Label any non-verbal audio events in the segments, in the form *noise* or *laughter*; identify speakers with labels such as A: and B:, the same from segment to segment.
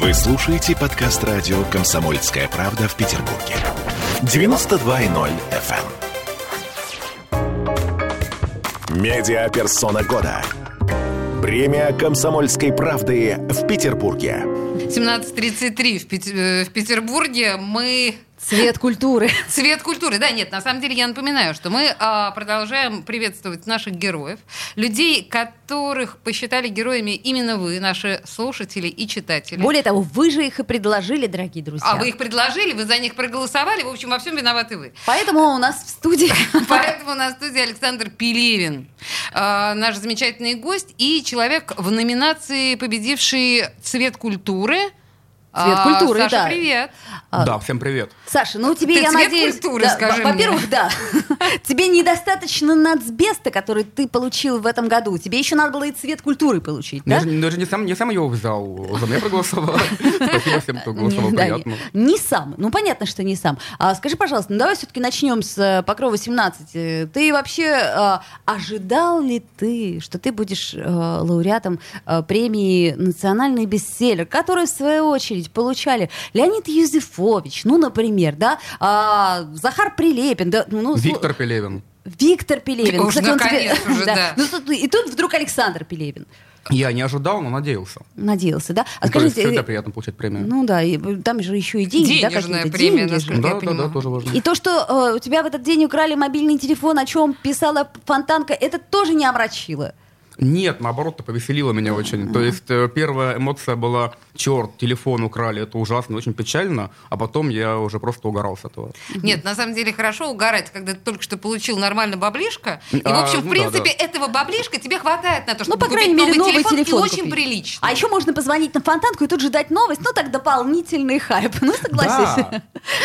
A: Вы слушаете подкаст радио «Комсомольская правда» в Петербурге. 92.0 FM. эм. Медиа-персона года. Премия «Комсомольской правды» в Петербурге.
B: 17.33 в, Пет... э, в Петербурге. Мы
C: Цвет
B: *laughs*
C: культуры.
B: Цвет культуры, да, нет, на самом деле я напоминаю, что мы а, продолжаем приветствовать наших героев, людей, которых посчитали героями именно вы, наши слушатели и читатели.
C: Более того, вы же их и предложили, дорогие друзья.
B: А вы их предложили, вы за них проголосовали, в общем, во всем виноваты вы.
C: Поэтому у нас в студии... *laughs*
B: Поэтому у нас в студии Александр Пелевин, а, наш замечательный гость и человек в номинации, победивший «Цвет культуры»,
C: Цвет
B: А,
C: культуры,
B: Саша,
C: да.
B: привет.
C: А.
D: Да, всем привет.
C: Саша, ну тебе,
B: Ты
C: я
B: цвет
C: надеюсь...
B: культуры,
C: да,
B: скажи
C: во- Во-первых,
B: мне.
C: да. *laughs* Тебе недостаточно нацбеста, который ты получил в этом году. Тебе еще надо было и цвет культуры получить,
D: Но Я
C: да?
D: же, но я же не, сам, не сам его взял, за меня
C: *laughs*
D: проголосовал. Спасибо всем, кто голосовал,
C: Не, *laughs* да, не-
D: приятно.
C: не сам. Ну, понятно, что не сам. А скажи, пожалуйста, ну давай все-таки начнем с э, Покрова 17. Э, Ты вообще э, ожидал ли ты, что ты будешь э, лауреатом э, премии «Национальный бестселлер», который, в свою очередь, получали Леонид Юзефович, ну, например, да, а, Захар Прилепин, да, ну, слу-
D: Виктор Пелевин.
C: Виктор Пелевин.
B: Уж
C: Кстати, он
B: наконец
C: тебе- *laughs*
B: уже, да.
C: Ну, тут- и тут вдруг Александр Пелевин
D: Я не ожидал, но надеялся.
C: надеялся, да? А
D: Ну, То есть
C: скажите,
D: всегда
C: э,
D: приятно получать премию.
C: ну да, и там же еще и деньги, да,
B: Денежная
C: какие-то
B: премия,
C: деньги же.
B: насколько я
D: Да, да, да,
B: понимаю.
D: тоже важно.
C: И то, что э, у тебя в этот день украли мобильный телефон, о чем писала Фонтанка, это тоже не омрачило.
D: Нет, наоборот-то повеселило меня очень. То
C: А.
D: есть э, первая эмоция была, черт, телефон украли, это ужасно, очень печально, а потом я уже просто угорал с этого.
B: Нет, на самом деле хорошо угорать, когда ты только что получил нормально баблишко. И, в
D: А,
B: общем, в
D: ну да,
B: принципе, этого баблишка тебе хватает на то,
C: Ну,
B: чтобы
C: по крайней мере,
B: купить
C: новый,
B: телефон,
C: телефон.
B: и очень
C: купить.
B: прилично.
C: А еще можно позвонить на фонтанку и тут же дать новость, ну так дополнительный хайп. *laughs* Ну согласись.
D: Да.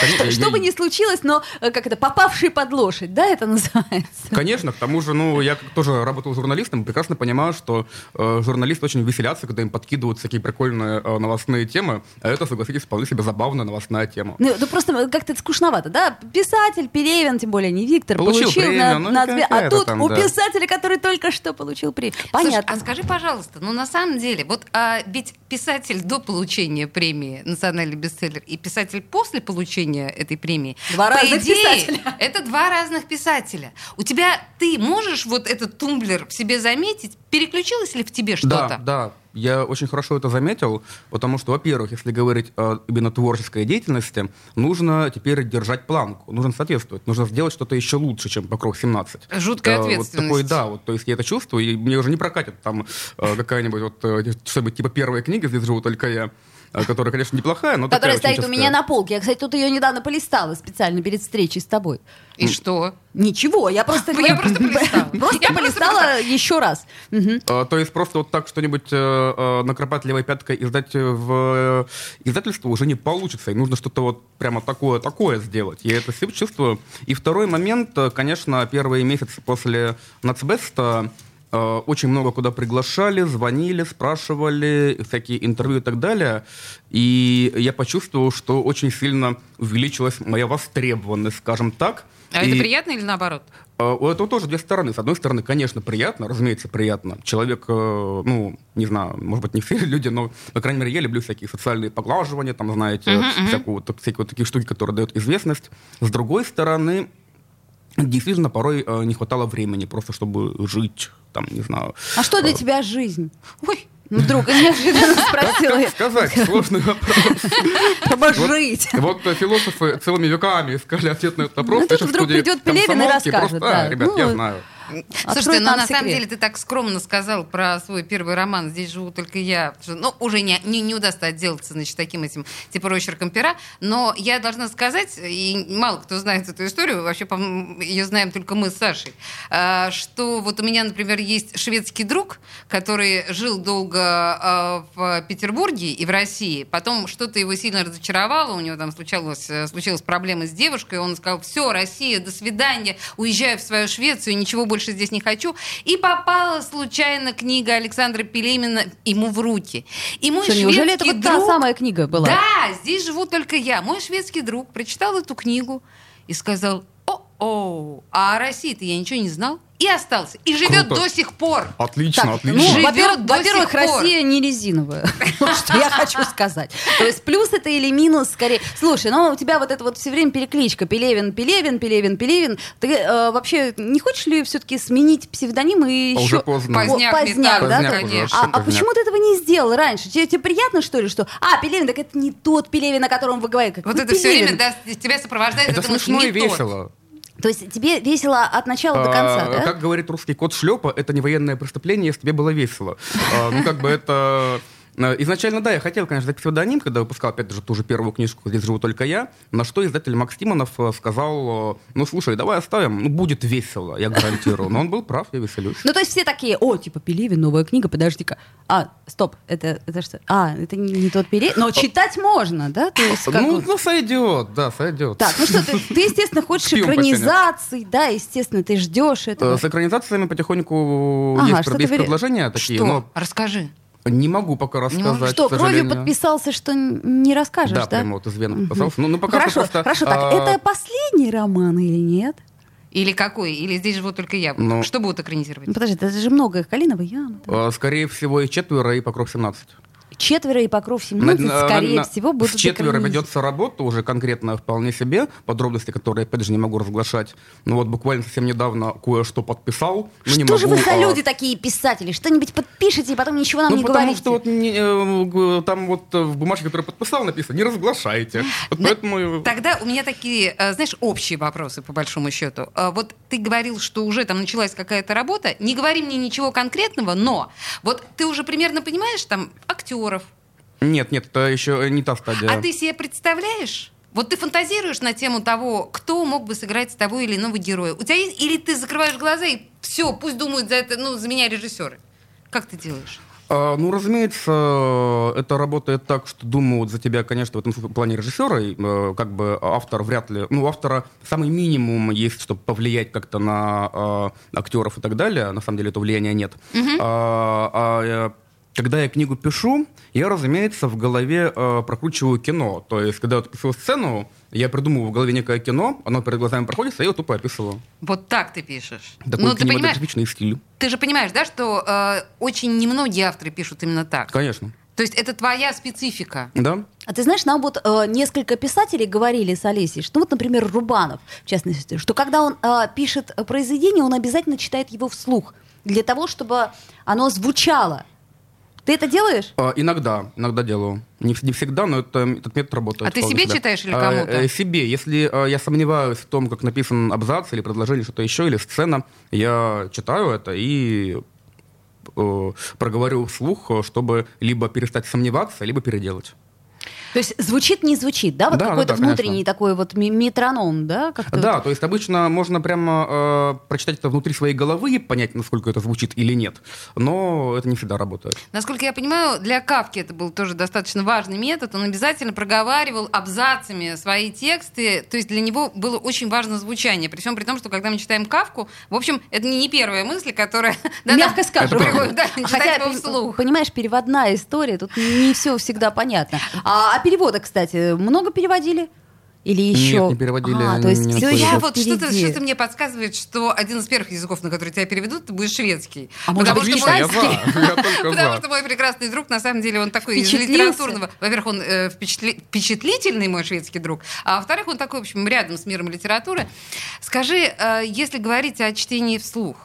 C: Что,
D: Конечно,
C: что
D: я-
C: бы ни случилось, но э, как это, попавший под лошадь, да, это *laughs* называется?
D: Конечно, к тому же, ну, я как тоже работал журналистом, прекрасно понимаю, что э, журналисты очень веселятся, когда им подкидываются такие прикольные э, новостные темы, а это, согласитесь, вполне себе забавная новостная тема.
C: Ну, ну, просто как-то это скучновато, да? Писатель Пелевин, тем более не Виктор, получил,
D: Получил премию,
C: на,
D: ну,
C: на
D: и
C: две- а
D: какая-то
C: тут
D: там,
C: у
D: да.
C: писателя, который только что получил премию.
B: Слушай,
C: Понятно.
B: а скажи, пожалуйста, ну на самом деле, вот а, ведь писатель до получения премии «Национальный бестселлер» и писатель после получения этой премии,
C: Два
B: по
C: разных
B: идее,
C: писателя.
B: *laughs* это два разных писателя. У тебя, ты можешь вот этот тумблер в себе заметить? Переключилось ли в тебе что-то?
D: Да, да. Я очень хорошо это заметил, потому что, во-первых, если говорить о именно творческой деятельности, нужно теперь держать планку, нужно соответствовать, нужно сделать что-то еще лучше, чем покров 17.
B: Жуткая
D: Э,
B: ответственность.
D: Вот такой, да, вот, то есть я это чувствую, и мне уже не прокатит там э, какая-нибудь вот э, что-нибудь типа первая книга «Здесь живу только я», э, которая, конечно, неплохая, но
C: которая
D: такая
C: стоит
D: очень
C: у
D: частая.
C: меня на полке. Я, кстати, тут ее недавно полистала специально перед встречей с тобой.
B: И что?
C: Ничего, я просто...
B: Я просто полистала.
C: *laughs* Просто
B: Я просто
C: полистала еще раз. Мгм.
D: Э, То есть просто вот так что-нибудь э, э, накропать левой пяткой и сдать в э, издательство уже не получится. И нужно что-то вот прямо такое-такое сделать. Я это все чувствую. И второй момент, э, конечно, первые месяцы после нацбеста э, очень много куда приглашали, звонили, спрашивали, всякие интервью и так далее. И я почувствовал, что очень сильно увеличилась моя востребованность, скажем так.
B: А
D: И-
B: это приятно или наоборот?
D: а, У этого тоже две стороны. С одной стороны, конечно, приятно, разумеется, приятно. Человек, э, ну, не знаю, может быть, не все *laughs* люди, но, по крайней мере, я люблю всякие социальные поглаживания, там, знаете, всякую вот так- всякие вот такие штуки, которые дают известность. С другой стороны, действительно, порой э, не хватало времени просто, чтобы жить, там, не знаю.
C: А что для
D: Э,
C: тебя жизнь? Ну,
B: Ой,
C: Вдруг неожиданно спросила я.
D: *laughs* Сказать
C: *laughs*
D: сложный вопрос.
C: Чтобы жить.
D: Вот э, философы целыми веками искали ответ на этот вопрос.
C: Ну, тут
D: Я щас в
C: вдруг
D: студии
C: придет Пелевин и
D: комсомолки
C: расскажет,
D: просто, а,
C: да.
D: Ребят, я
C: Ну,
D: знаю.
B: Слушайте,
C: Откроет
B: ну
C: нам
B: на самом
C: секрет.
B: деле ты так скромно сказал про свой первый роман «Здесь живу только я». что, Ну, уже не, не, не удастся отделаться, значит, таким этим, типа, рочерком пера. Но я должна сказать, и мало кто знает эту историю, вообще, по-моему, ее знаем только мы с Сашей, а, что вот у меня, например, есть шведский друг, который жил долго а, в Петербурге и в России. Потом что-то его сильно разочаровало, у него там случалось, э, случилась проблема с девушкой, он сказал, все, Россия, до свидания, уезжаю в свою Швецию, ничего больше здесь не хочу. И попала случайно книга Александра Пелемина ему в руки. И мой
C: Что, неужели это
B: шведский
C: вот та
B: друг...
C: самая книга была?
B: Да, здесь живу только я. Мой шведский друг прочитал эту книгу и сказал, о-о, а о России-то я ничего не знал. и остался. И живет
D: Круто.
B: до сих пор.
D: Отлично,
C: Так,
D: отлично.
C: ну,
B: Живет
C: во-первых,
B: до
C: во-первых,
B: сих пор.
C: Россия не резиновая. *laughs* Вот Что я хочу сказать. То есть плюс это или минус, скорее. Слушай, ну у тебя вот это вот все время перекличка Пелевин, Пелевин, Пелевин, Пелевин. Ты э, вообще не хочешь ли все-таки сменить псевдоним и
D: А уже
C: еще
D: поздно.
B: Поздняк,
C: поздняк,
B: Металлов,
C: да?
D: Поздняк
C: то-
D: уже,
B: конечно.
D: вообще
C: А, а
D: поздняк.
C: почему ты этого не сделал раньше? Тебе, тебе приятно, что ли, что? А, Пелевин, так это не тот Пелевин, о котором вы говорите. Какой
B: Вот это все
C: Пелевин?
B: время да, тебя сопровождает.
D: Это
B: эта мысль,
D: смешно
B: не
D: и
B: тот.
D: весело.
C: То есть тебе весело от начала до конца,
D: А,
C: да?
D: Как говорит русский кот шлепа, это не военное преступление, если тебе было весело. А, Ну, как бы это... э, Изначально, да, я хотел, конечно, записать псевдоним, когда выпускал, опять же, ту же первую книжку «Здесь живу только я», на что издатель Максимонов э, сказал, э, ну, слушай, давай оставим, ну, будет весело, я гарантирую. Но он был прав, я веселюсь.
C: Ну, то есть все такие, о, типа, Пелевин, новая книга, подожди-ка. А, стоп, это, это что? А, это не, не тот Пелевин. Но читать можно, да? То есть, *laughs* как
D: Ну,
C: вот-
D: ну, сойдет, да, сойдет.
C: Так, ну что,
D: *laughs*
C: ты, ты, естественно, хочешь
D: Шпион
C: экранизаций, да, естественно, ты ждешь
D: Э,
C: этого.
D: С экранизациями потихоньку
C: Ага,
D: есть,
C: что-то
D: есть
C: вы-
D: предложения такие, ну.
B: Что?
D: но
B: Расскажи.
D: не могу пока
B: Не могу.
D: рассказать,
C: Что,
D: к сожалению.
C: кровью подписался, что н- не расскажешь, да?
D: Да, прямо вот из вен
C: Мгм.
D: подписался. Ну, ну, пока
C: хорошо,
D: что просто,
C: хорошо, так,
D: а,
C: это последний роман или нет?
B: Или какой? Или здесь живу только я.
D: Ну.
B: Что будут экранизировать?
C: Ну, Подожди, это же много, Калинова яма. там.
D: Э, Скорее всего, и четверо, и покров 17.
C: Четверо и Покров
D: На-
C: 17,
D: на-
C: Ну, скорее
D: э, на-
C: всего, будут
D: в четверо
C: экранизированы.
D: ведется работа уже конкретно вполне себе. Подробности, которые, опять же, не могу разглашать. Ну вот буквально совсем недавно кое-что подписал. Ну, не
C: Что же
D: могу,
C: вы за
D: а,
C: люди такие писатели? Что-нибудь подпишите и потом ничего нам
D: ну,
C: не
D: потому
C: говорите.
D: что вот не, э, г- там вот э, в бумажке, которую подписал, написано, не разглашайте. Вот
B: Ну,
D: поэтому... э,
B: Тогда у меня такие, э, знаешь, общие вопросы, по большому счету. Э, Вот ты говорил, что уже там началась какая-то работа. Не говори мне ничего конкретного, но вот ты уже примерно понимаешь там актеров.
D: Нет, нет, это еще не та стадия.
B: А ты себе представляешь? Вот ты фантазируешь на тему того, кто мог бы сыграть того или иного героя. У тебя есть, или ты закрываешь глаза и все, пусть думают за это, ну, за меня режиссеры. Как ты делаешь?
D: А, ну, разумеется, это работает так, что думают за тебя, конечно, в этом плане режиссера, и, э, как бы автор вряд ли... Ну, у автора самый минимум есть, чтобы повлиять как-то на э, актеров и так далее. На самом деле этого влияния нет. А, а, э, когда я книгу пишу, я, разумеется, в голове э, прокручиваю кино. То есть, когда я вот пишу сцену, я придумываю в голове некое кино, оно перед глазами проходится, и я его тупо описываю.
B: Вот так ты пишешь. ну,
D: Такой
B: ты понимаешь,
D: кинематографичный стиль.
B: ты же понимаешь, да, что э, очень немногие авторы пишут именно так.
D: Конечно.
B: То есть это твоя специфика.
D: Да?
C: А ты знаешь, нам вот э, несколько писателей говорили с Олесей, что вот, например, Рубанов, в частности, что когда он э, пишет э, произведение, он обязательно читает его вслух, для того, чтобы оно звучало. Ты это делаешь?
D: А, иногда, иногда делаю. Не, вс- не всегда, но это, этот метод работает.
B: А ты
D: вполне
B: себе читаешь или
D: А,
B: кому-то?
D: э, себе. Если а, я сомневаюсь в том, как написан абзац или предложение, что-то еще, или сцена, я читаю это и э, проговорю вслух, э, чтобы либо перестать сомневаться, либо переделать.
C: То есть звучит, не звучит, да? Вот
D: Да, да,
C: какой-то
D: да, конечно.
C: внутренний такой вот ми- метроном, да? Как-то
D: Да,
C: вот.
D: то есть обычно можно прямо э, прочитать это внутри своей головы и понять, насколько это звучит или нет. Но это не всегда работает.
B: Насколько я понимаю, для Кавки это был тоже достаточно важный метод. Он обязательно проговаривал абзацами свои тексты. То есть для него было очень важно звучание. При всем при том, что когда мы читаем Кавку, в общем, это не первая мысль, которая... *laughs* Да-да,
C: Мягко скажем.
B: приходит, Да,
C: Хотя,
B: читать его вслух.
C: понимаешь, переводная история, тут не все всегда понятно. А, а перевода, кстати, много переводили? Или еще?
D: не переводили,
C: А, то есть
D: не
C: все
D: находили.
B: Я
C: еще
B: вот что-то
C: впереди.
B: что-то мне подсказывает, что один из первых языков, на который тебя переведут, ты будешь шведский.
C: А может
B: Потому
C: быть,
B: что мой-
D: я за. Я только
B: *laughs* Потому
D: за.
B: что мой прекрасный друг, на самом деле, он такой из
C: Впечатлился.
B: литературного. Во-первых, он э, впечатли- впечатлительный мой шведский друг, а во-вторых, он такой, в общем, рядом с миром литературы. Скажи, э, если говорить о чтении вслух,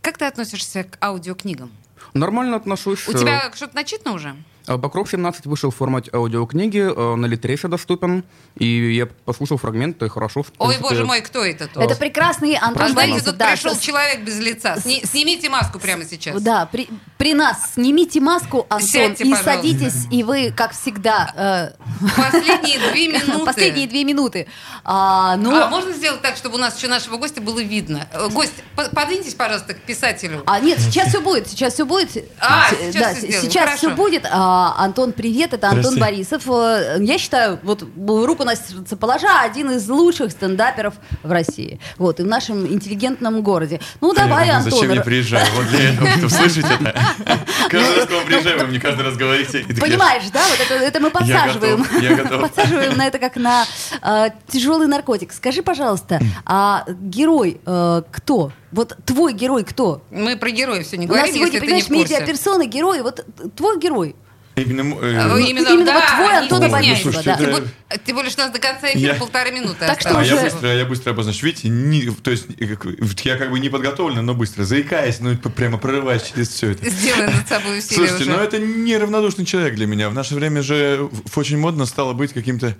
B: как ты относишься к аудиокнигам?
D: Нормально отношусь.
B: У
D: э,
B: тебя что-то начитано уже?
D: А, Покров 17 вышел в формате аудиокниги, э, на Литресе доступен, и я послушал фрагменты, и хорошо. в
B: Ой,
D: принципе.
B: боже мой, кто это тут?
C: Это прекрасный Антон
B: Смотрите,
C: Борисов.
B: тут
C: Да,
B: пришел
C: с-
B: человек без лица. Сни- снимите маску прямо сейчас.
C: да, при, при нас снимите маску, Антон,
B: Сядьте,
C: и
B: пожалуйста.
C: садитесь, и вы, как всегда,
B: Последние две
C: *laughs* э,
B: минуты.
C: последние две минуты. А, ну,
B: А можно сделать так, чтобы у нас еще нашего гостя было видно? Э, Гость, по- подвиньтесь, пожалуйста, к писателю.
C: А, нет, сейчас все будет, сейчас все будет.
B: А, сейчас
C: С- да,
B: всё
C: с-
B: сделаем,
C: сейчас
B: хорошо.
C: все будет. А, А, Антон, привет, это Антон
E: Здрасте.
C: Борисов. Э, Я считаю, вот б- руку на сердце положа, один из лучших стендаперов в России. Вот, и в нашем интеллигентном городе. Ну, давай,
E: Конечно,
C: Антон.
E: Зачем я
C: р-
E: приезжаю? Вот для этого, чтобы слышать это.
C: *laughs*
E: Каждый раз, к вам приезжаю, вы мне каждый раз говорите. и такие,
C: Понимаешь, да? Вот это, это мы подсаживаем.
E: готов, я
C: *laughs*
E: готов.
C: Подсаживаем на это как на э, тяжелый наркотик. Скажи, пожалуйста, а герой э, кто? Вот твой герой кто?
B: Мы про героев сегодня
C: У нас
B: говорим,
C: сегодня,
B: если ты не в
C: понимаешь,
B: курсе.
C: медиаперсоны, герои. Вот твой герой.
E: Именно, м- э,
B: А,
E: ну,
B: Именно,
C: Именно
B: да,
C: вот твой
B: не
C: Антон
B: стесняйся.
C: Борисов. да.
E: Слушайте,
B: Тем
E: да.
B: более- Тем более, что у нас до конца эфира
E: Я-
B: полторы минуты
C: Так что
E: А
B: осталось.
E: я
C: уже-
E: быстро, я быстро обозначу. Видите, не- то есть э, как- я как бы не подготовлен, но быстро, заикаясь, ну п- прямо прорываясь через все это.
B: Сделай над собой усилие
E: Слушайте,
B: уже.
E: ну это неравнодушный человек для меня. В наше время же в- очень модно стало быть каким-то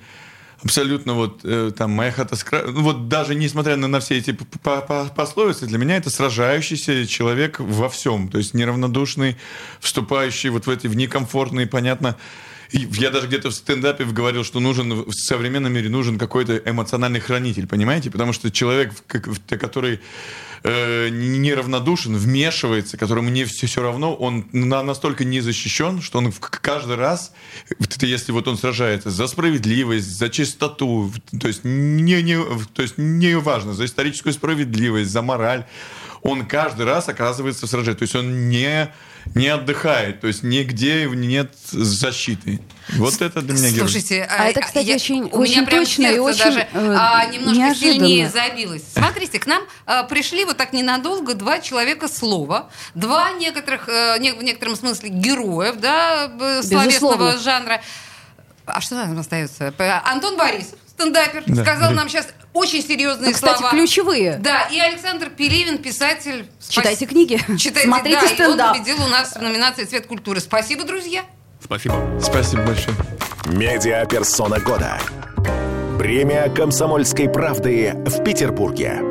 E: абсолютно вот э, там моя хата с кра- ну, вот даже несмотря на, на все эти п- п- п- пословицы, для меня это сражающийся человек во всем, то есть неравнодушный, вступающий вот в эти в некомфортные, понятно. И я даже где-то в стендапе говорил, что нужен в современном мире нужен какой-то эмоциональный хранитель, понимаете? Потому что человек, в- как- в- который э, неравнодушен, вмешивается, которому не все, все равно, он на- настолько не защищен, что он в- к- каждый раз, вот это если вот он сражается за справедливость, за чистоту, в- то есть не, не, в- то есть не важно, за историческую справедливость, за мораль, он каждый раз оказывается в сражении. То есть он не, не отдыхает, то есть нигде нет защиты. Вот это для меня герой.
B: Слушайте,
C: А это, кстати, очень-
B: у меня
C: очень
B: прям
C: точно и
B: сердце
C: очень,
B: даже
C: э,
B: а, немножко
C: неожиданно.
B: сильнее забилось. Смотрите, к нам а, пришли вот так ненадолго два человека слова, два некоторых, э, не- в некотором смысле героев, да, б- словесного
C: Безусловно.
B: жанра. А что нам остается? П- Антон Борисов, стендапер,
E: Да.
B: сказал нам сейчас очень серьезные
C: Ну, кстати,
B: слова.
C: ключевые.
B: Да, и Александр Пелевин, писатель. Спас-
C: Читайте книги,
B: Читайте,
C: смотрите
B: да,
C: стендап.
B: и он победил у нас в номинации «Цвет культуры». Спасибо, друзья.
D: Спасибо.
E: Спасибо большое.
A: Медиа персона года. Премия Комсомольской правды в Петербурге.